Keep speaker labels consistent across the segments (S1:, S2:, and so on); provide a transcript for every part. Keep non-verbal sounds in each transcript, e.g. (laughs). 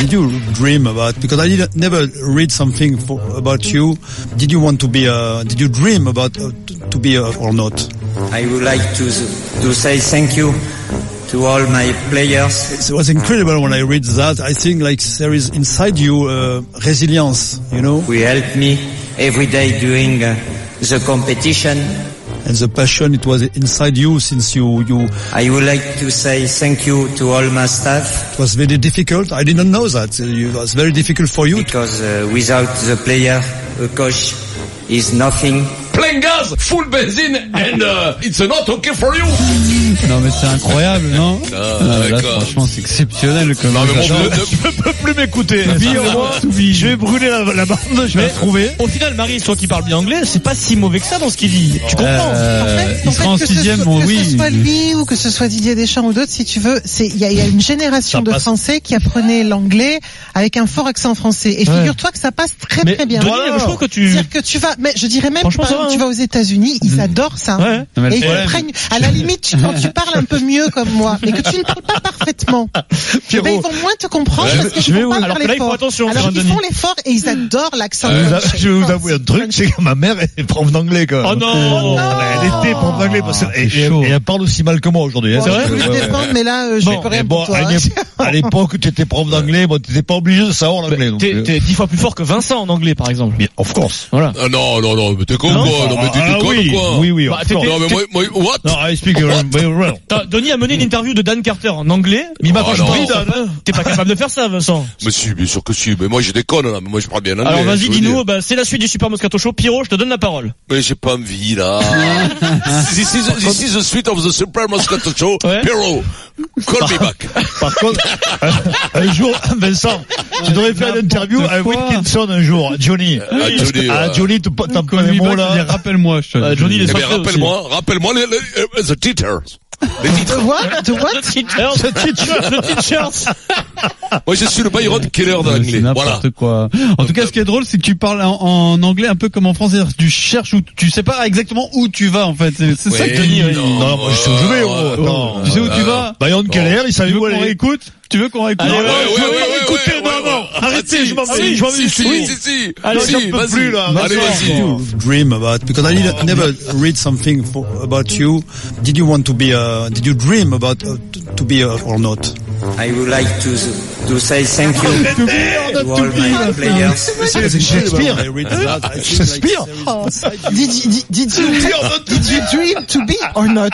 S1: did you dream about? Because I didn't never read something for, about you. Did you want to be? A, did you dream about uh, to, to be a, or not?
S2: I would like to to say thank you to all my players.
S1: It was incredible when I read that. I think like there is inside you uh, resilience. You know,
S2: who helped me every day during uh, the competition.
S1: and the passion it was inside you since you you
S2: I would like to say thank you to all my staff
S1: it was very difficult. I didn't know that. Uh, It was very difficult for you.
S2: because uh, without the player, a coach is nothing.
S3: Plein gaz, full benzine, and uh, it's not okay for you.
S4: Non mais c'est incroyable, non, Non, mais Là
S3: Ah, d'accord.
S4: franchement c'est exceptionnel comme
S3: Non, mais bon,
S4: j'adore.
S3: ne- ne-
S5: Je peux plus m'écouter.
S4: Bah,
S5: Je vais brûler la, la bande, je vais la trouver.
S6: Au final, Marie, toi qui parle bien anglais, c'est pas si mauvais que ça dans ce qu'il dit. Tu comprends
S4: Euh, il sera en
S7: que ce
S4: sixième,
S7: soit-
S4: bon,
S7: que
S4: oui.
S7: ce soit lui ou que ce soit Didier Deschamps ou d'autres, si tu veux, c'est il y a, il y a une génération
S1: Ça
S7: de
S1: passe.
S7: Français qui apprenaient l'anglais avec un fort accent français. Et figure-toi que ça passe très
S6: Mais
S7: très bien.
S6: Denis, je trouve que tu.
S7: C'est-à-dire que tu vas, mais je dirais même,
S6: Franchement,
S7: par
S6: ça va,
S7: exemple,
S6: hein. Mm.
S7: tu vas aux États-Unis, ils adorent ça.
S6: Ouais.
S4: Non, mais le
S7: Et ils
S4: problème-
S7: comprennent. À la limite, tu- quand tu parles un peu mieux comme moi, mais que tu ne parles
S6: (laughs)
S7: pas parfaitement, eh ben, ils vont moins te comprendre
S6: Ouais,
S7: parce
S6: je
S7: qu'ils
S6: vais
S7: vont
S6: où
S7: pas
S6: Alors
S7: faire
S6: que là, il faut
S7: l'effort.
S6: attention,
S7: Alors
S6: Fran
S7: qu'ils
S6: Denis. Mm.
S7: font l'effort et ils adorent l'accent.
S5: Je vous
S7: comme
S5: av-
S7: chez
S5: je vais
S7: Fran-
S5: vous avouer un truc, c'est que ma mère est prof d'anglais quand
S6: Oh
S5: même.
S6: non
S5: Ah bah, elle était prof d'anglais parce que- et, et-
S4: chaud.
S5: et elle parle aussi mal que moi aujourd'hui. hein.
S7: Bon, je peux
S5: Ouais,
S7: me
S5: ouais, ouais.
S7: défendre, mais là, euh, je
S5: Bon,
S7: peux
S5: mais
S7: rien
S5: bon,
S7: pour toi.
S5: à
S7: hein. (laughs)
S5: l'ép- à l'époque, tu étais prof d'anglais, bon, tu n'étais pas obligé de savoir l'anglais. donc,
S6: T'es
S5: euh,
S6: t'es dix fois plus fort que Vincent en anglais, par exemple.
S5: bien, Of course.
S6: Voilà.
S3: Ah non, non, non, mais t'es con
S6: Non,
S3: quoi Oh, Non, mais tu
S5: Ah,
S3: déconnes
S5: oui,
S3: quoi
S5: Oui, oui, of
S6: Bah, t'es-
S5: course.
S3: Non, mais moi, moi what
S5: Non, I speak very well.
S6: T'as- Denis a mené une interview de Dan Carter en anglais. Mais il m'a
S3: Oh
S6: quand je
S3: non.
S6: brille, t'es pas capable de faire ça, Vincent.
S3: Mais si, bien sûr que si. Mais moi, je déconne là. Mais moi, je parle bien anglais.
S6: Alors
S3: je
S6: vas-y,
S3: veux dire.
S6: dis-nous, bah, c'est la suite du Super Moscato Show. Pierrot, je te donne la parole.
S3: Mais j'ai pas envie là. this, is, this is the suite of the Super Moscato Show.
S6: Ouais.
S3: Pierrot, call me back.
S5: Par contre, un jour, Vincent, tu devrais faire une interview à Wilkinson un jour, Johnny.
S3: Ah,
S5: Parce que-
S3: Johnny,
S5: ah,
S3: ouais.
S5: Johnny, t'as pas- t'as pas les
S4: Colby
S5: mots
S4: Black, il dit,
S5: là.
S4: Rappelle-moi, je te
S6: Euh, Johnny, il est
S3: Eh bien,
S6: sorti aussi.
S3: rappelle-moi, rappelle-moi les, les, les- the teachers. Les titres.
S7: What? What?
S6: The Teachers. (laughs) The Teachers.
S3: Moi, je suis le Byron Keller de
S4: C'est
S3: l'anglais. Voilà.
S4: n'importe quoi. En tout cas, ce qui est drôle, c'est que tu parles en, en anglais un peu comme en français. Tu cherches où, tu sais pas exactement où tu vas, en fait. C'est c'est ça que
S3: Ouais,
S4: Denis,
S3: non,
S4: il-
S5: Non, moi, je sais où je vais, gros.
S3: Ouais,
S5: Attends.
S4: Tu sais où tu vas?
S5: Bayonne Keller, il savait
S4: Tu veux
S5: où
S4: qu'on
S5: aller.
S4: réécoute? Tu veux qu'on réécoute?
S6: Allez,
S4: Non,
S6: ouais,
S4: non,
S3: ouais,
S4: je veux
S3: ouais,
S4: pas
S3: ouais,
S4: l'écouter,
S3: ouais,
S4: non,
S3: ouais,
S4: non.
S3: ouais.
S4: Arrêtez, je m'en
S6: Ah oui,
S4: vais.
S6: je m'en vais.
S3: Si, si,
S6: Oui.
S3: si, si.
S6: Allez,
S3: Si,
S6: j'en peux
S3: vas-y.
S5: plus, là.
S3: Allez,
S6: Oh.
S5: Vincent.
S3: vas-y.
S1: Did you dream about? Because I didn't never read something for, about you. Did you want to be? A, did you dream about uh, to, to be a, or not?
S2: I would like to to say thank you to all
S5: Ah,
S4: (laughs)
S2: my players.
S1: C'est
S5: Shakespeare.
S1: I read that. I think,
S5: (laughs) Shakespeare.
S1: Like, there is inside you.
S7: Did, you- did, did you did you dream to be or not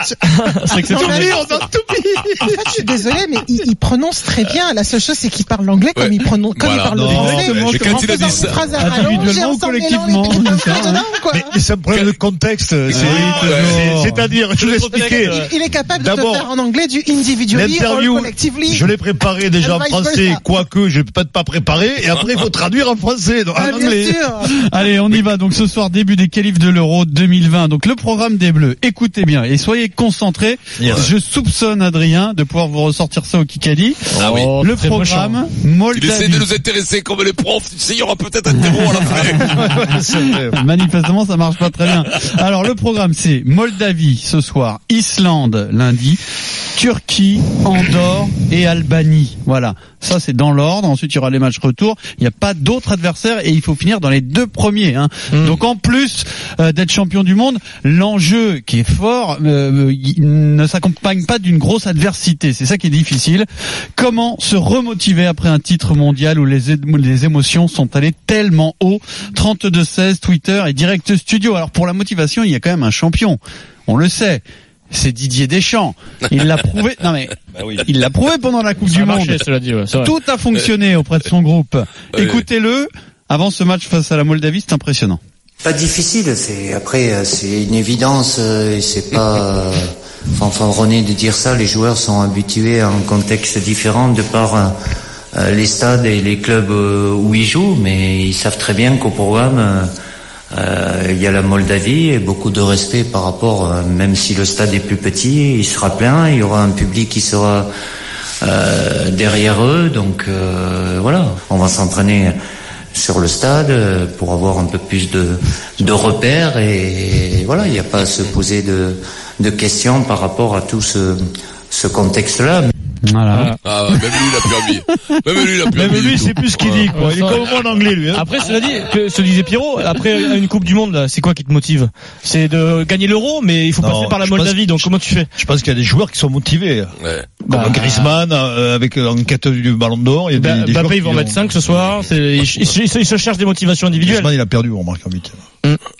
S6: C'est exceptionnel.
S7: En fait, je suis désolé, mais il, il prononce très bien. La seule chose, c'est qu'il parle l'anglais comme
S3: Ouais.
S7: il prononce, comme
S3: Voilà.
S7: il parle
S3: Non,
S7: le français.
S3: mais quand
S7: En
S3: il a
S7: faisant
S3: dit
S7: une
S3: ça-
S7: phrase à rallonge,
S4: Individuellement
S7: en
S4: ou
S7: s'emmêlant les-
S4: collectivement,
S7: les- les-
S4: c'est ça
S7: dedans, quoi.
S5: Mais c'est un problème de contexte. c'est- c'est- C'est-à-dire, je vais expliquer.
S7: Il- Il est capable de te
S5: D'abord,
S7: faire en anglais du individually or
S5: l'interview,
S7: collectively.
S5: Je l'ai préparé déjà en
S7: Vice
S5: français,
S7: versa.
S5: quoique je vais peut-être pas préparé, et après il faut traduire en français, donc
S7: Ah,
S5: en
S7: bien
S5: anglais.
S7: sûr.
S4: Allez, on y va. Donc ce soir, début des qualifs de l'Euro 2020. Donc le programme des Bleus. Écoutez bien et soyez concentrés. Je soupçonne Adrien de pouvoir vous ressortir ça au Kikadi.
S3: Ah oui.
S4: le
S6: très prochain.
S4: programme
S3: Il essaie de
S4: Moldavie.
S3: nous intéresser comme les profs. Tu sais, il y aura peut-être un terreau à la fin.
S4: (laughs) Manifestement, ça marche pas très bien. Alors le programme, c'est Moldavie ce soir, Islande lundi, Turquie, Andorre et Albanie. Voilà. Ça, c'est dans l'ordre. Ensuite, il y aura les matchs retour. Il n'y a pas d'autres adversaires et il faut finir dans les deux premiers. hein.
S5: Hmm.
S4: Donc, en plus euh, d'être champion du monde, l'enjeu qui est fort euh, il ne s'accompagne pas d'une grosse adversité. C'est ça qui est difficile. Comment se remotiver après un titre mondial où les, é- les émotions sont allées tellement haut 32-16, Twitter et Direct Studio. Alors, pour la motivation, il y a quand même un champion. On le sait. C'est Didier Deschamps. Il l'a prouvé. Non
S5: (laughs)
S4: mais,
S5: Bah
S4: il l'a prouvé pendant la Coupe
S6: Ça
S4: du
S6: a
S4: Monde.
S6: marché, cela dit, ouais, c'est vrai.
S4: Tout a fonctionné auprès de son groupe.
S3: oui.
S4: Écoutez-le. Avant ce match face à la Moldavie, c'est impressionnant.
S8: Pas difficile, c'est après euh, c'est une évidence euh, et c'est pas euh, fanfaronné de dire ça. Les joueurs sont habitués à un contexte différent de par euh, euh, les stades et les clubs euh, où ils jouent, mais ils savent très bien qu'au programme euh, euh, il y a la Moldavie et beaucoup de respect par rapport, euh, même si le stade est plus petit, il sera plein, il y aura un public qui sera euh, derrière eux. Donc euh, voilà, on va s'entraîner sur le stade euh, pour avoir un peu plus de, de repères et, voilà, il n'y a pas à se poser de, de questions par rapport à tout ce, ce contexte-là.
S4: Voilà.
S3: Ah, même lui, il a plus envie. Même lui, il a plus
S5: Même
S3: envie.
S5: lui,
S3: du
S5: c'est
S3: tout.
S5: plus ce qu'il
S3: Ouais.
S5: dit, quoi. Il est comme moi en anglais, lui. hein.
S6: Après, cela dit, que se disait Pierrot, après une Coupe du Monde, là, c'est quoi qui te motive C'est de gagner l'euro, mais il faut
S5: Non,
S6: passer par la
S5: je pense-
S6: Moldavie, donc comment tu fais
S5: Je pense qu'il y a des joueurs qui sont motivés.
S3: Ouais.
S5: Comme
S4: Bah.
S5: Griezmann, euh, avec l'enquête du Ballon d'Or. Il y a des,
S6: Ba-
S5: des joueurs
S6: Bah, Mbappé, ils
S5: qui euh,
S6: vont
S5: ont-
S6: mettre 5 ce soir. c'est- Ils ils- ils se cherchent des motivations individuelles.
S5: Griezmann, il a perdu, on remarque en 8.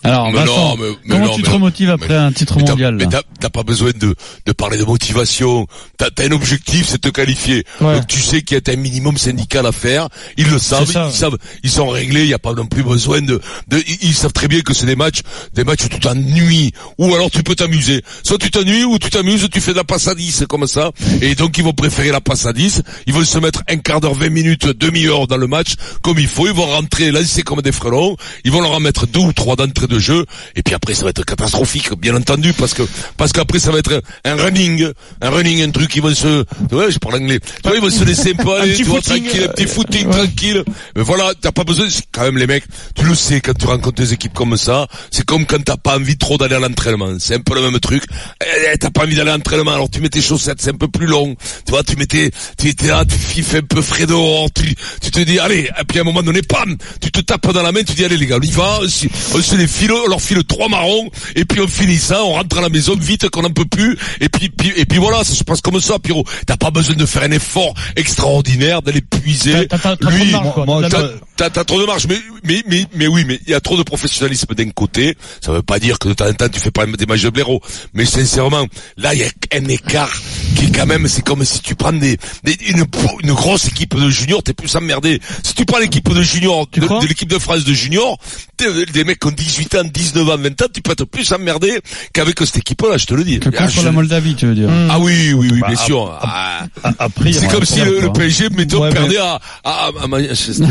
S4: Alors,
S3: Mais
S4: Vincent,
S3: non, mais- mais
S4: comment
S3: non,
S4: tu
S3: mais
S4: te
S3: non.
S4: remotives après
S3: Mais-
S4: un titre
S3: Mais t'as-
S4: mondial
S3: Mais
S4: là
S3: t'as t'as pas besoin de, de parler de motivation. T'as as un objectif, c'est te qualifier.
S6: Ouais.
S3: Donc tu sais qu'il y a un minimum syndical à faire. Ils le savent,
S6: C'est ça.
S3: ils savent, ils sont réglés. Il n'y a pas non plus besoin de. de ils- ils savent très bien que c'est des matchs, des matchs où tu t'ennuies ou alors tu peux t'amuser. Soit tu t'ennuies ou tu t'amuses, tu fais de la passe à 10 comme ça. Et donc ils vont préférer la passe à 10. Ils vont se mettre un quart d'heure, 20 minutes, demi-heure dans le match comme il faut. Ils vont rentrer lancer comme des frelons. Ils vont leur en mettre deux ou trois d'entrée de jeu. Et puis après ça va être catastrophique, bien entendu, parce que parce qu'après ça va être un running, un running, un truc. Ils vont se, ouais, je parle anglais. Tu vois, ils vont se laisser
S6: (laughs)
S3: un peu aller, tu
S6: petit
S3: vois,
S6: footing,
S3: tranquille, un petit
S6: euh,
S3: footing
S6: ouais.
S3: tranquille. Mais voilà, t'as pas besoin. c'est Quand même les mecs, tu le sais quand tu rencontres des équipes comme ça, c'est comme quand t'as pas envie trop d'aller à l'entraînement. C'est un peu le même truc. Eh, eh, T'as pas envie d'aller à l'entraînement, alors tu mets tes chaussettes, c'est un peu plus long. Tu vois, tu mettais, tu étais là, tu il fait un peu frais dehors, tu, tu te dis allez. Et puis à un moment donné, pam, tu te tapes dans la main, tu dis allez les gars, on y va. On se on se les file, on leur file trois marrons, et puis on finit ça, on rentre à la maison vite qu'on n'en peut plus. Et puis, puis- et puis voilà, ça se passe comme ça, Pierrot. T'as pas besoin de faire un effort extraordinaire, d'aller puiser.
S6: T'as- t'as- t'as trop de
S3: Lui,
S6: marge, quoi.
S5: moi,
S6: T'as-
S5: je-
S3: T'as- T'as t'as trop de marge, mais mais mais mais oui, mais il y a trop de professionnalisme d'un côté. Ça veut pas dire que de temps en temps tu fais pas des matchs de blaireau. Mais sincèrement, là il y a un écart qui est quand même, c'est comme si tu prends des, des- une, une grosse équipe de juniors, t'es plus emmerdé. Si tu prends l'équipe de juniors, de,
S6: crois
S3: de l'équipe de France de juniors, t'es- des mecs qui ont 18 ans, 19 ans, 20 ans, tu peux être plus emmerdé qu'avec cette équipe-là, je te le dis.
S4: Que
S3: Ah,
S4: contre
S3: je-
S4: la Moldavie, tu veux dire
S3: ah oui, oui,
S6: Bah,
S3: oui, bien sûr. Ah.
S5: Après,
S3: C'est comme si le, le PSG, mettons,
S5: Ouais, mais-
S3: perdait à, à, à Manchester.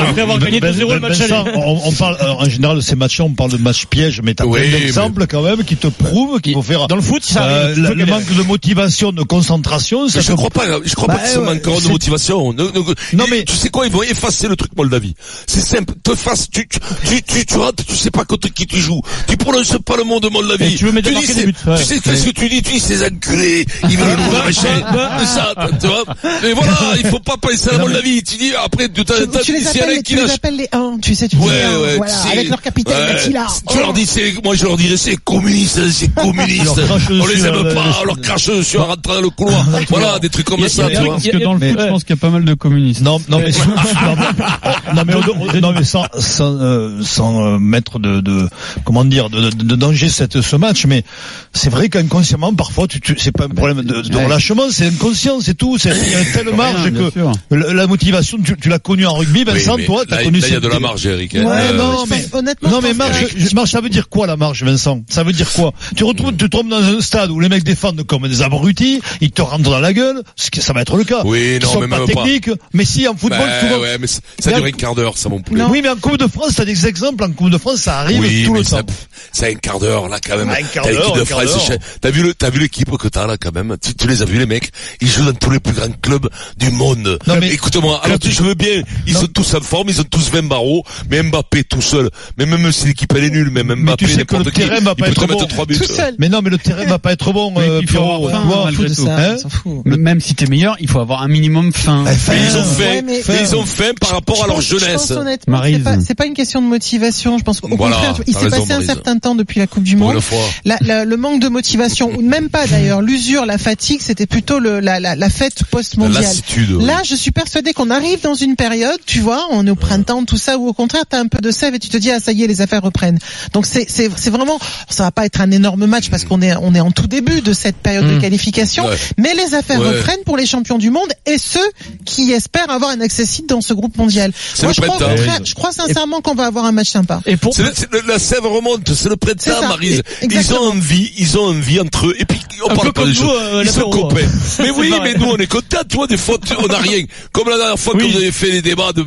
S6: Après avoir gagné 2-0 le match
S5: Vincent,
S6: aller.
S5: Ben- on, on parle euh, en général de ces matchs on parle de match piège, mais t'as
S3: Oui,
S5: plein
S3: mais-
S5: d'exemples quand même qui te prouvent qu'il faut faire.
S6: Dans le foot, ça
S5: Euh,
S6: arrive. tu
S5: le,
S6: peux
S5: le
S6: galérer.
S5: manque de motivation, de concentration, ça
S3: je
S5: peut-
S3: crois pas, je crois
S5: Bah,
S3: pas que ça
S5: ouais,
S3: manque encore de
S5: c'est-
S3: motivation. Ne- ne-
S5: Non,
S3: ils-
S5: mais-
S3: tu sais quoi, ils vont effacer le truc Moldavie. C'est simple, te fasse, tu, tu, tu, tu, tu rates, tu sais pas contre qui tu joues. Tu prononces pas le mot de Moldavie.
S6: Et tu veux mettre
S3: dis,
S6: marquer des
S3: c'est-
S6: buts, ouais.
S3: tu sais qu'est-ce que tu dis, tu dis ces enculés, ils veulent nous machin, tout ça, tu vois. Mais voilà, il faut pas penser à la Moldavie. Tu dis, après, de temps en temps, tu
S7: Tu
S3: dis,
S7: les
S3: Euh, c'est un
S7: appelles,
S3: mec qui
S7: tu les
S3: lâche.
S7: appelles les uns, tu sais, tu
S3: Ouais,
S7: dis, hein,
S3: ouais,
S7: voilà,
S3: c'est-
S7: avec leur capitaine
S3: ouais.
S7: Attila. Oh,
S3: Tu leur dis, c'est, moi je leur dirais, c'est communiste, hein, c'est communiste.
S5: Leur crache
S3: on les
S5: dessus,
S3: aime
S5: euh,
S3: pas,
S5: euh,
S3: on leur crache dessus en rentrant dans le couloir. voilà, des trucs
S6: Il y
S3: comme
S6: a-
S3: ça,
S6: il y a
S3: tu vois.
S6: un truc-
S4: Parce que dans le foot, je pense qu'il y a pas mal de communistes.
S5: Non, non, mais,
S6: (laughs)
S5: non, mais, au- non, mais sans, sans, euh, sans euh, mettre de, de, comment dire, de, de- de danger cette, ce match, mais c'est vrai qu'inconsciemment, parfois, tu, tu- c'est
S3: Bah,
S5: pas un problème de, de
S4: ouais.
S5: relâchement, c'est inconscient, c'est
S3: (laughs)
S5: tout, c'est il y a une telle marge
S4: bien sûr.
S5: que la, la motivation, tu, tu l'as connue en rugby,
S3: Oui,
S5: Vincent,
S3: mais
S5: toi,
S3: là,
S5: t'as
S3: il-
S5: connu
S3: là, il y a
S5: cette-
S3: de la marge, Eric. hein.
S7: Ouais,
S3: Euh,
S7: non,
S5: mais-
S7: honnêtement,
S5: Non mais
S7: je pense
S5: marge, je- marge, ça veut dire quoi la marge, Vincent Ça veut dire quoi Tu retrouves, tu te trompes dans un stade où les mecs défendent comme des abrutis, ils te rentrent dans la gueule, ce qui- ça va être le cas.
S3: Oui,
S5: Ils
S3: non,
S5: sont
S3: mais
S5: pas
S3: même pas.
S5: techniques, mais si en football,
S3: bah,
S5: souvent,
S3: ouais, mais c- ça
S5: Il y a-
S3: dure un quart d'heure, ça, mon poulet.
S5: Oui, mais en Coupe de France, t'as des exemples. En Coupe de France, ça arrive
S3: Oui,
S5: tout
S3: mais
S5: le
S3: ça-
S5: temps. Ah,
S3: c'est un quart d'heure là quand même.
S5: Un quart
S3: T'as l'équipe
S5: d'heure,
S3: de
S5: un quart
S3: France,
S5: d'heure.
S3: c'est cher. t'as vu le, t'as vu l'équipe que t'as là quand même. Tu, tu les as vu les mecs. Ils jouent dans tous les plus grands clubs du monde.
S5: Non, mais-
S3: écoute-moi. Alors tu, je veux bien. Ils
S5: Non.
S3: sont tous en forme. Ils ont tous 20 barreaux. Mais Mbappé tout seul. Mais même si l'équipe elle est nulle, même Mbappé
S5: tu sais que
S3: n'importe
S5: le
S3: qui,
S5: terrain
S3: il
S5: va pas
S3: peut te
S5: être
S3: mettre
S5: bon.
S3: trois buts.
S7: Tout seul.
S5: Mais non, mais le terrain va pas être bon,
S4: Oui,
S5: euh,
S4: il faut
S5: Pierrot.
S4: avoir
S5: tu vois.
S7: on fout de
S4: malgré tout.
S7: ça,
S5: Hein
S7: on s'en fout.
S4: Mais Même si t'es meilleur, il faut avoir un minimum faim. (laughs)
S5: Eh, fin,
S3: Mais ils ont
S5: hein.
S3: faim.
S7: Ouais, mais-
S3: mais ils ont faim par rapport à leur
S7: Je pense- je pense
S3: jeunesse.
S7: honnêtement,
S4: Maryse.
S7: c'est pas, c'est pas une question de motivation. Je pense qu'au
S3: Voilà,
S7: contraire, il
S3: t'as
S7: s'est
S3: raison,
S7: passé un
S3: Maryse.
S7: certain temps depuis la Coupe du
S3: Pour
S7: Monde.
S3: une fois. Mmh.
S7: La- la- le manque de motivation, ou même pas d'ailleurs, l'usure, la fatigue, c'était plutôt le, la, la, la fête
S3: La
S7: post-mondiale.
S3: lassitude. ouais.
S7: Là, je suis persuadée qu'on arrive dans une période, tu vois, on est au printemps, tout ça, où au contraire, t'as un peu de sève et tu te dis, ah, ça y est, les affaires reprennent. Donc, c'est, c'est, c'est vraiment, ça va pas être un énorme match parce qu'on est, on est en tout début de cette période de qualification,
S3: Mmh. Ouais.
S7: mais les affaires
S3: Ouais.
S7: reprennent pour les champions du monde et ceux qui espèrent avoir un accessite dans ce groupe mondial.
S3: C'est
S7: Moi,
S3: le
S7: je crois, au
S3: printemps.
S7: contraire- je crois sincèrement qu'on va avoir un match sympa.
S6: Et pour
S3: C'est le- c'est le- la sève remonte, c'est le
S7: C'est
S3: printemps,
S7: ça,
S3: Marise.
S7: et-
S3: Ils ont
S7: exactement.
S3: envie, ils ont envie entre eux. Et puis, on
S6: Un peu
S3: parle pas
S6: comme
S3: de
S6: nous,
S3: choses.
S6: euh,
S3: ils sont
S6: l'apéro.
S3: copains. Mais oui,
S6: pareil.
S3: mais nous, on est contents, tu vois, des fois, tu- on n'a rien. Comme la dernière fois que
S6: Oui.
S3: vous avez fait les débats de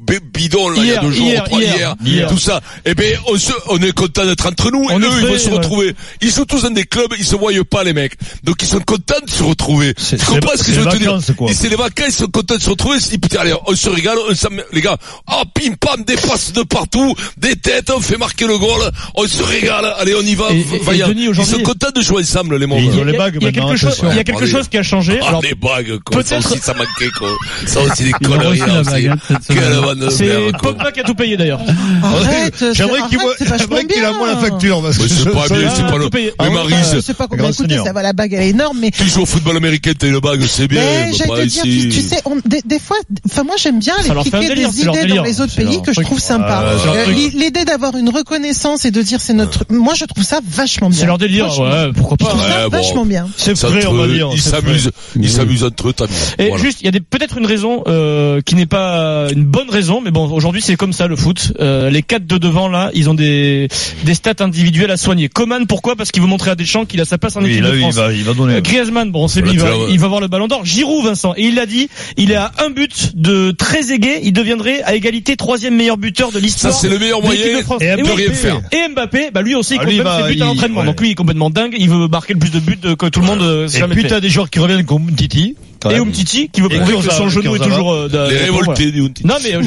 S3: B- bidon, là, il y a
S6: Hier,
S3: deux jours,
S6: hier,
S3: trois,
S6: hier,
S3: hier,
S6: hier.
S3: tout ça. Eh ben, on, se- on est content d'être entre nous, et
S6: On
S3: eux,
S6: est
S3: ils vont
S6: prêts,
S3: se
S6: ouais.
S3: retrouver. Ils sont tous dans des clubs, ils se voient pas, les mecs. Donc, ils sont contents de se retrouver.
S5: C'est-
S3: Tu comprends
S5: c'est-
S3: ce que
S5: c'est
S3: je veux
S5: les
S3: te dire?
S5: vacances, quoi.
S3: Et c'est les vacances, ils sont contents de se retrouver, ils se disent, putain, allez, on se régale, on s'am- les gars, ah, pim, pam, des passes de partout, des têtes, on fait marquer le goal, on se régale, allez, on y va,
S6: Et- et-
S3: v-
S6: et
S3: vaillant.
S6: Denis,
S3: ils
S6: aujourd'hui-
S3: sont contents de jouer ensemble, les
S5: Et
S3: membres.
S5: ils ont
S6: Il y a-
S5: les bagues
S6: il y a
S5: maintenant,
S6: quelque chose-
S5: attention.
S6: Il y a quelque
S3: Allez.
S6: chose qui a changé.
S3: Ah,
S6: Alors,
S3: des bagues, quoi. Ça
S6: peut-être-
S3: aussi, ça manquait, quoi. Ça aussi, des
S4: Ils ont
S3: conneries,
S4: reçu la
S3: là, aussi.
S4: bague, hein, cette
S3: Quelle
S4: semaine.
S3: vanne de
S6: c'est
S3: merde, quoi.
S6: Pogba qui a tout payé d'ailleurs.
S7: Arrête, c'est-
S5: J'aimerais qu'il
S7: arrête,
S5: voit,
S7: c'est vachement
S5: j'aimerais qu'il
S7: bien. Euh,
S5: envoie la facture, parce que
S3: Mais
S4: (laughs)
S3: c'est pas
S5: ça-
S3: bien,
S5: ça-
S3: c'est pas le.
S6: coupé.
S3: Mais
S5: Ah,
S3: Maryse,
S7: Je sais pas combien
S5: Grand
S7: coûter,
S5: seigneur.
S7: ça va, la bague, elle est énorme, mais
S3: tu joues au football américain, t'as une bague, c'est bien,
S7: Mais
S3: mais
S7: j'allais
S3: pas
S7: te dire, tu,
S3: bah, ici.
S7: tu sais, on- des, des fois, enfin moi j'aime bien
S6: Ça
S7: aller
S6: leur fait un
S7: piquer
S6: délire,
S7: des
S6: c'est leur
S7: idées dans
S6: délire.
S7: les autres
S6: C'est
S7: pays
S6: leur
S7: que je
S6: truc.
S7: trouve sympa.
S6: Ouais, c'est leur
S7: Euh,
S6: truc.
S7: l'i- L'idée d'avoir une reconnaissance et de dire c'est notre, moi je trouve ça vachement bien.
S6: C'est leur délire,
S7: Franchement,
S6: ouais, pourquoi
S7: Je
S6: pas.
S7: trouve ça
S3: Ouais, bon.
S7: vachement bien.
S5: C'est
S3: Ça,
S5: vrai,
S3: entre
S5: on va
S3: eux,
S5: dire.
S3: Ils
S5: c'est vrai.
S3: s'amusent, ils s'amusent entre eux, t'as mis.
S6: Et
S3: Voilà.
S6: juste, il y a des- peut-être une raison euh, qui n'est pas une bonne raison, mais bon, aujourd'hui c'est comme ça le foot. Euh, les quatre de devant là, ils ont des des stats individuelles à soigner. Coman, pourquoi Parce qu'il veut montrer à Deschamps qu'il a sa
S4: Ah,
S6: place en
S5: Oui,
S6: équipe
S5: là,
S6: de
S5: il
S6: France.
S5: va, il va donner.
S6: Euh, Griezmann, bon, c'est
S3: Voilà,
S6: lui, il va,
S3: tu vois, ouais.
S6: il va avoir le ballon d'or. Giroud, Vincent, et il l'a dit, il est à un but de très aigué, il deviendrait à égalité troisième meilleur buteur de
S3: Ça,
S6: l'histoire.
S3: c'est le meilleur
S6: de l'équipe
S3: moyen.
S6: de France.
S5: Et
S6: Et
S5: elle peut
S6: oui,
S3: rien faire.
S6: et Mbappé, bah lui aussi, il
S5: Ah,
S6: compte
S5: lui,
S6: même
S5: bah,
S6: ses buts
S5: il-
S6: à l'entraînement.
S5: ouais.
S6: Donc lui, il est complètement dingue. Il veut marquer le plus de buts euh, que tout le monde. euh, s'est
S5: Et
S6: jamais
S5: puis
S6: fait.
S5: t'as des joueurs qui reviennent comme Titi. quand
S6: Et
S5: même.
S6: Umtiti qui veut
S5: Et
S6: prouver que
S5: Kurzawa,
S6: son genou est
S5: Kurzawa.
S6: toujours euh, d'un-
S3: Les
S6: d'un-
S3: révoltés, du
S6: voilà. Non mais euh,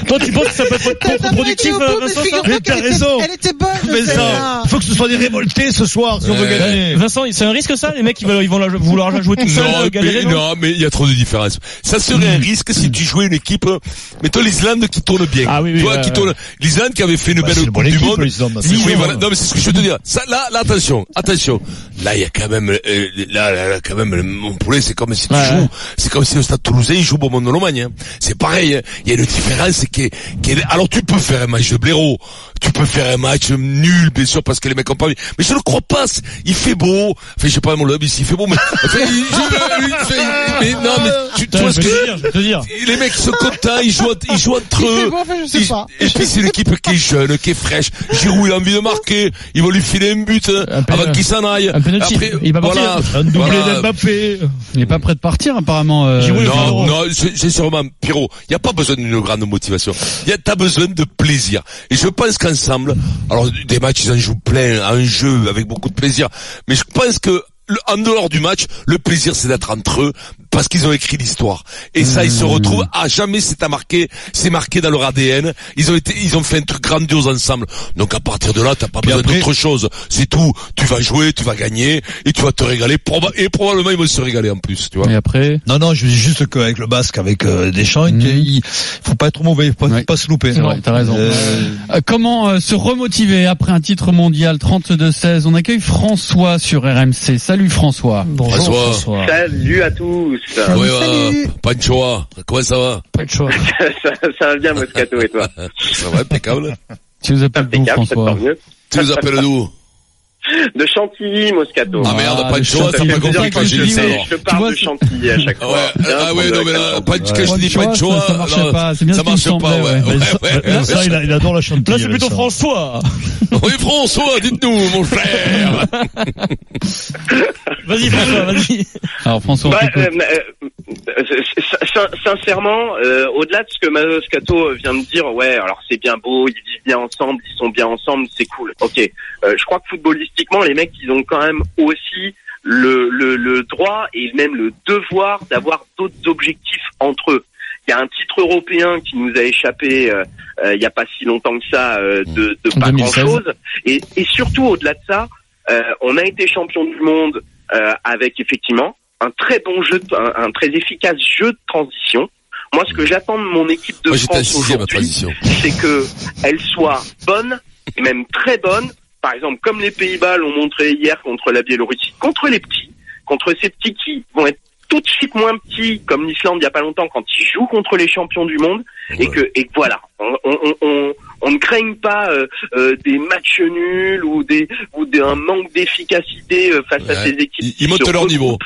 S6: je- toi tu penses que ça peut
S7: (laughs)
S6: être
S7: T'as- t'as pas été
S6: contre-productif
S7: au bout,
S6: euh,
S7: mais
S6: Vincent ça
S7: figure-toi
S5: Mais
S7: qu'elle
S5: t'as
S7: était-
S5: raison.
S7: Elle était bonne.
S5: Mais
S7: celle-là.
S5: ça, faut que ce soit des révoltés ce soir si on veut
S4: Euh,
S3: Ouais.
S5: gagner.
S6: Vincent, c'est un risque ça Les mecs ils veulent ils vont la- vouloir la jouer tout seul
S3: Non,
S6: euh,
S3: mais,
S6: galérer non Hmm.
S3: non, mais il y a trop de différences. Ça serait un risque si tu jouais une équipe, euh, mettons l'Islande qui tourne bien.
S6: Ah oui, oui,
S3: tu vois,
S6: ouais,
S3: qui
S6: ouais.
S3: tourne, l'Islande qui avait fait une
S5: Bah,
S3: belle
S5: c'est une
S3: Coupe
S5: bonne
S3: du
S5: équipe,
S3: monde.
S6: bah,
S5: l'Islande,
S3: Oui,
S5: attention.
S3: oui, voilà. Non, mais c'est ce que je veux te dire. Ça, là, là, attention, attention. Là, il y a quand même, euh, là, là, là, quand même, le Montpellier, c'est comme si tu
S6: Ouais.
S3: joues, c'est comme si le Stade Toulousain, il joue au monde de l'Omagne, hein. C'est pareil, hein. Il y a une différence qui est, qui est- alors tu peux faire un match de blaireau. Tu peux faire un match nul, bien sûr, parce que les mecs ont pas envie. Mais je ne crois pas. c'est- Il fait beau. Enfin, je sais pas, mon lobby, s'il fait beau, mais, enfin, il joue, il fait- mais non, mais tu, tu
S6: Putain,
S3: vois
S6: je
S3: ce que je
S6: vais te
S3: veux dire?
S6: dire, je vais te dire.
S3: Les mecs sont contents, ils jouent, ils jouent entre
S7: Il fait
S3: eux.
S7: beau, enfin, je sais
S3: Ils-
S7: pas.
S3: Et puis c'est l'équipe qui est jeune, qui est fraîche. Giroud, il a envie de marquer. Ils vont lui filer un but hein,
S6: Un pénal-
S3: avant qu'il s'en aille.
S6: un pénalty.
S3: Après,
S6: Il va partir.
S3: voilà,
S5: Un doublé
S3: voilà.
S5: d'Mbappé.
S4: Il est pas prêt de partir apparemment. euh,
S6: Giroud,
S4: Giroud.
S3: Non, non, c'est c'est sûrement, Pierrot, il n'y a pas besoin d'une grande motivation. Il y a- T'as besoin de plaisir. Et je pense qu'ensemble, alors des matchs, ils en jouent plein, à un jeu, avec beaucoup de plaisir. Mais je pense que, le- en dehors du match, le plaisir, c'est d'être entre eux, parce qu'ils ont écrit l'histoire. Et ça, ils se retrouvent à jamais, c'est à marquer, c'est marqué dans leur ADN. Ils ont été, ils ont fait un truc grandiose ensemble. Donc à partir de là, t'as pas besoin
S5: après-
S3: d'autre chose. C'est tout. Tu vas jouer, tu vas gagner, et tu vas te régaler. Proba- et probablement, ils vont se régaler en plus, tu vois.
S4: Et après.
S5: Non, non, je dis juste qu'avec le basque, avec euh, Deschamps, il-
S4: Mhm.
S5: il faut pas être mauvais, il faut pas,
S4: Ouais.
S5: pas se louper.
S4: C'est vrai, t'as raison.
S5: Euh,
S4: Euh, Comment euh, se remotiver après un titre mondial 32-16 On accueille François sur RMC. Salut François.
S6: Bonjour
S3: François.
S6: François.
S9: Salut à tous. Ça,
S3: Ouais,
S7: Salut.
S3: ouais, Panchoa, euh, comment ça va
S6: Pas de choix.
S9: (laughs) ça va bien, Moscato et toi
S3: Ça va, impeccable.
S4: Tu nous appelles d'où
S9: Impeccable, ça
S4: François
S9: tant mieux.
S3: tu nous appelles d'où
S9: De Chantilly, Moscato.
S3: Ah merde,
S4: le
S3: Panchoa,
S4: Chantilly,
S3: t'as pas
S4: le
S3: compris
S4: Chantilly,
S3: quand j'ai dit
S4: oui.
S3: ça.
S9: Mais
S4: Tu
S9: je
S4: vois,
S9: parle de
S4: c'est-
S9: Chantilly à chaque
S3: Ah
S9: fois.
S3: Ouais, ah ouais, non mais là, Pan- quand je dis
S4: Panchoa,
S3: Panchoa,
S4: ça marchait
S3: alors,
S4: pas, c'est bien
S3: ça
S4: ce qui me
S3: marchait pas,
S4: semblait,
S3: ouais.
S4: ouais.
S3: ouais, ouais.
S5: ça, il, a- il adore la chantilly.
S6: Là c'est plutôt
S5: Vincent.
S6: François.
S3: Oui François, dites-nous, mon frère.
S6: Vas-y François, vas-y.
S4: Alors François, on
S9: Bah,
S4: t'écoute.
S9: euh, euh, sin- sin- sincèrement, euh, au-delà de ce que Moscato vient de dire, ouais, alors c'est bien beau, ils vivent bien ensemble, ils sont bien ensemble, c'est cool. Ok, Euh, je crois que footballistiquement, les mecs, ils ont quand même aussi le, le, le droit et même le devoir d'avoir d'autres objectifs entre eux. Il y a un titre européen qui nous a échappé euh, euh, il n'y a pas si longtemps que ça euh, de, de pas
S6: 2016.
S9: grand-chose. Et, et surtout, au-delà de ça, euh, on a été champion du monde euh, avec effectivement un très bon jeu, de- un, un très efficace jeu de transition. Moi, ce que j'attends de mon équipe de
S3: Moi j'étais un
S9: France
S3: sixième à
S9: aujourd'hui,
S3: transition.
S9: c'est que elle soit bonne, et même très bonne. Par exemple, comme les Pays-Bas l'ont montré hier contre la Biélorussie, contre les petits, contre ces petits qui vont être tout de suite moins petits, comme l'Islande il y a pas longtemps, quand ils jouent contre les champions du monde, et que et que voilà, on, on, on- on- on ne craigne pas euh, euh, des matchs nuls ou des ou d'un manque d'efficacité euh, face à
S3: Ouais.
S9: ces équipes.
S3: Ils-
S9: qui
S3: ils montent
S9: se
S3: leur niveau.
S9: regroupent.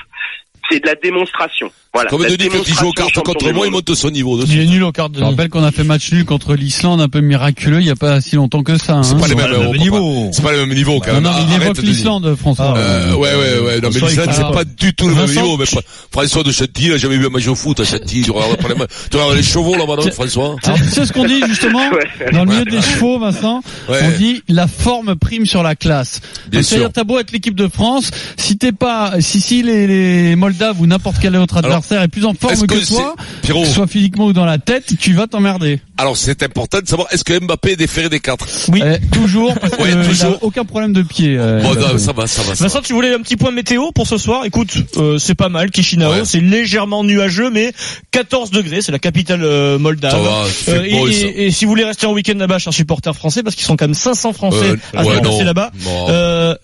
S9: c'est de la démonstration. Voilà.
S3: Comme
S9: La
S3: te dit que tu
S9: démonstration
S3: joues aux cartes
S9: champion
S3: contre
S9: du
S3: moi, il
S9: monde.
S3: monte son niveau. dessus.
S6: Il est nul au quart de. Je rappelle qu'on a fait match nul contre l'Islande, un peu miraculeux, il y a pas si longtemps que ça.
S3: C'est
S6: hein.
S3: pas les mêmes
S5: le
S3: on
S5: même
S3: peut
S5: niveau.
S3: pas- C'est pas le même niveau quand
S6: Non,
S3: même.
S6: non, il
S3: Arrête,
S6: évoque
S3: Denis.
S6: l'Islande, François.
S3: Euh, ouais, ouais, ouais. Non, mais
S5: Soit il
S3: l'Islande, c'est
S5: craint.
S3: pas du tout le même
S4: Vincent,
S3: niveau. Mais Fra- François de Chantilly, il a jamais vu un match au foot à Chantilly. Tu regardes pas les ma- tu regardes les chevaux là-bas, non, François?
S6: C'est- C'est ce qu'on dit justement
S9: Ouais.
S6: dans le milieu des chevaux, Vincent.
S3: Ouais.
S6: On dit la forme prime sur la classe.
S3: Bien
S6: Donc, C'est-à-dire
S3: sûr.
S6: t'as beau être l'équipe de France, si t'es pas, si si les, les Moldaves ou n'importe quel autre
S3: Alors,
S6: adversaire est plus en
S3: est-ce
S6: forme que,
S3: que c'est-
S6: toi,
S3: Pierrot.
S6: que ce soit physiquement ou dans la tête, tu vas t'emmerder.
S3: Alors, c'est important de savoir, est-ce que Mbappé est déféré des quatre?
S5: Ah,
S4: Oui.
S6: Euh, toujours parce
S3: Ouais,
S6: que
S3: toujours.
S6: il a aucun problème de pied. euh,
S5: bah
S3: Bon, non,
S6: Mbappé.
S3: ça va, ça va, ça va.
S4: Vincent, tu voulais un petit point météo pour ce soir Écoute, euh, c'est pas mal, Chisinau,
S3: Ouais.
S4: c'est légèrement nuageux, mais 14 degrés, c'est la capitale euh, moldave.
S3: Ça va, c'est
S4: Euh,
S3: beau,
S4: et,
S3: ça.
S4: et- et si vous voulez rester en week-end là-bas, chez un supporter français, parce qu'ils sont quand même 500 français
S3: Euh,
S4: à se
S3: ouais,
S4: déplacer
S3: non.
S4: là-bas.
S3: Non.
S4: Euh,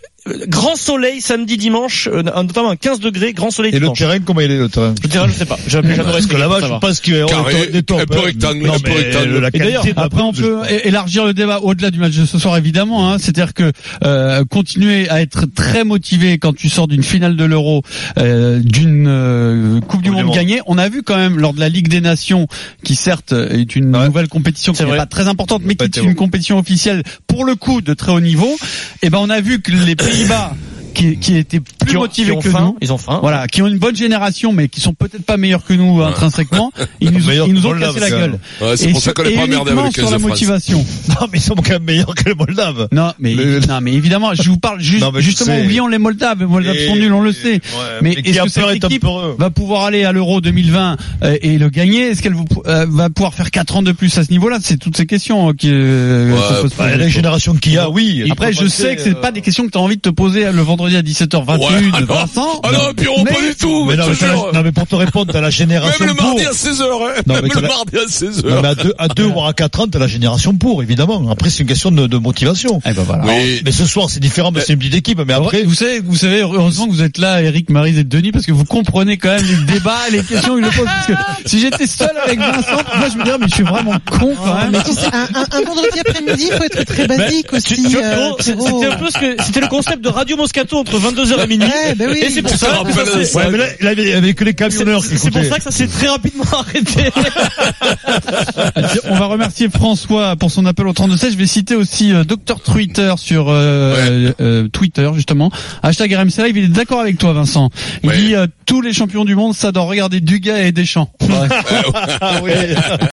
S4: grand soleil samedi, dimanche, euh, notamment un 15 degrés, grand soleil
S5: Et le
S4: dimanche.
S5: terrain, comment il est le terrain
S4: Je dirais, je sais pas, j'aimerais
S5: Parce que là-bas, je pense qu'il y
S3: Carré,
S5: a des tops.
S3: un peu
S5: hein.
S3: rectangle,
S5: Non,
S3: un peu
S5: mais euh,
S3: rectangle.
S5: la
S4: Et d'ailleurs,
S5: qualité de la
S6: Après, on
S5: pelouse.
S6: peut é- élargir le débat au-delà du match de ce soir, évidemment. Hein. C'est-à-dire que euh, continuer à être très motivé quand tu sors d'une finale de l'Euro, euh, d'une euh, Coupe du Monde gagnée. On a vu quand même lors de la Ligue des Nations, qui certes est une nouvelle compétition qui
S4: C'est
S6: n'est
S4: vrai.
S6: pas très importante, mais
S5: pas
S6: qui est
S5: été
S6: une
S5: bon.
S6: compétition officielle pour le coup de très haut niveau. Et ben, on a vu que les Pays-Bas, qui, qui étaient plus
S4: Qui ont,
S6: motivés
S4: qui ont
S6: que
S4: faim,
S6: nous,
S4: ils ont faim.
S6: voilà, qui ont une bonne génération, mais qui sont peut-être pas meilleurs que nous intrinsèquement, ils nous,
S5: Meilleurs
S6: ils nous
S5: que
S6: ont
S5: Moldave,
S6: cassé la
S5: quand
S6: gueule.
S5: même.
S3: Ouais, c'est
S6: Et
S3: pour ça
S6: sur-
S3: qu'on est
S6: et
S3: pas emmerdé avec
S6: uniquement
S3: le 15
S6: sur
S3: de
S6: la
S3: France.
S6: motivation.
S5: Non, mais ils sont quand même meilleurs que les Moldaves.
S6: Non, mais
S5: Le-
S6: non, mais évidemment, je vous parle juste
S5: Non, mais je
S6: justement
S5: sais.
S6: oublions les Moldaves, les Moldaves sont nuls, on le sait. Mais est-ce
S5: qui a
S6: que
S5: peur
S6: cette
S5: est
S6: équipe
S5: peureux.
S6: va pouvoir aller à l'Euro 2020 euh, et le gagner Est-ce qu'elle vous- euh, va pouvoir faire quatre ans de plus à ce niveau-là C'est toutes ces questions euh, qui euh,
S3: Ouais,
S6: se posent.
S5: Bah, la génération qu'il y a, oui.
S6: Après, je sais que c'est
S5: euh,
S6: pas des questions que tu as envie de te poser euh, le vendredi à 17h21,
S3: Ouais, alors-
S6: Vincent.
S3: Ah non, Pierrot, pas
S6: Mais-
S3: du tout,
S5: Mais
S3: mais
S5: non,
S3: je
S5: mais
S3: te
S5: t'as la-
S3: jure.
S5: non, mais pour te répondre, t'as la génération
S3: Même le
S5: pour.
S3: mardi à 16h, hein.
S5: Non, mais
S3: Même
S5: t'as
S3: le
S5: la-
S3: mardi à
S5: Non,
S3: 16h.
S5: mais à deux, à deux ou à quatre ans, t'as la génération pour, évidemment. Après, c'est une question de, de motivation.
S4: Ah,
S6: Eh ben voilà.
S3: Oui.
S5: Mais ce soir, c'est différent,
S4: Euh,
S5: mais c'est une petite équipe. Mais après,
S6: Et vous savez, vous savez, heureusement que vous êtes là, Eric, Marise et Denis, parce que vous comprenez quand même les débats, les questions qu'il pose. Parce que si j'étais seul avec Vincent, moi je me dirais, mais je suis vraiment con quand même.
S7: Mais tu sais, un, un- un vendredi après-midi, faut être très basique
S4: Tu-
S7: aussi.
S4: tu vois,
S7: euh,
S4: Pierrot, c'est-
S7: Pierrot.
S4: C'était un peu ce que c'était le concept de Radio Moscato entre 22h et minuit.
S7: Ouais, ben oui.
S4: Et c'est pour
S7: Tu
S3: te
S4: ça.
S3: rappelles
S4: ça, c'est-
S3: ça,
S5: ouais, mais là, là, il y avait que les camionneurs qui
S4: C'est c'est pour
S5: écoutaient.
S4: ça que ça s'est très rapidement (laughs) arrêté.
S6: On va remercier François pour son appel au 3216. Je vais citer aussi euh, Dr Twitter sur euh, euh, Twitter justement. Hashtag RMC Live, il est d'accord avec toi Vincent. Il
S3: Ouais.
S6: dit euh, tous les champions du monde, ça doit regarder Dugas et Deschamps.
S5: Ah oui.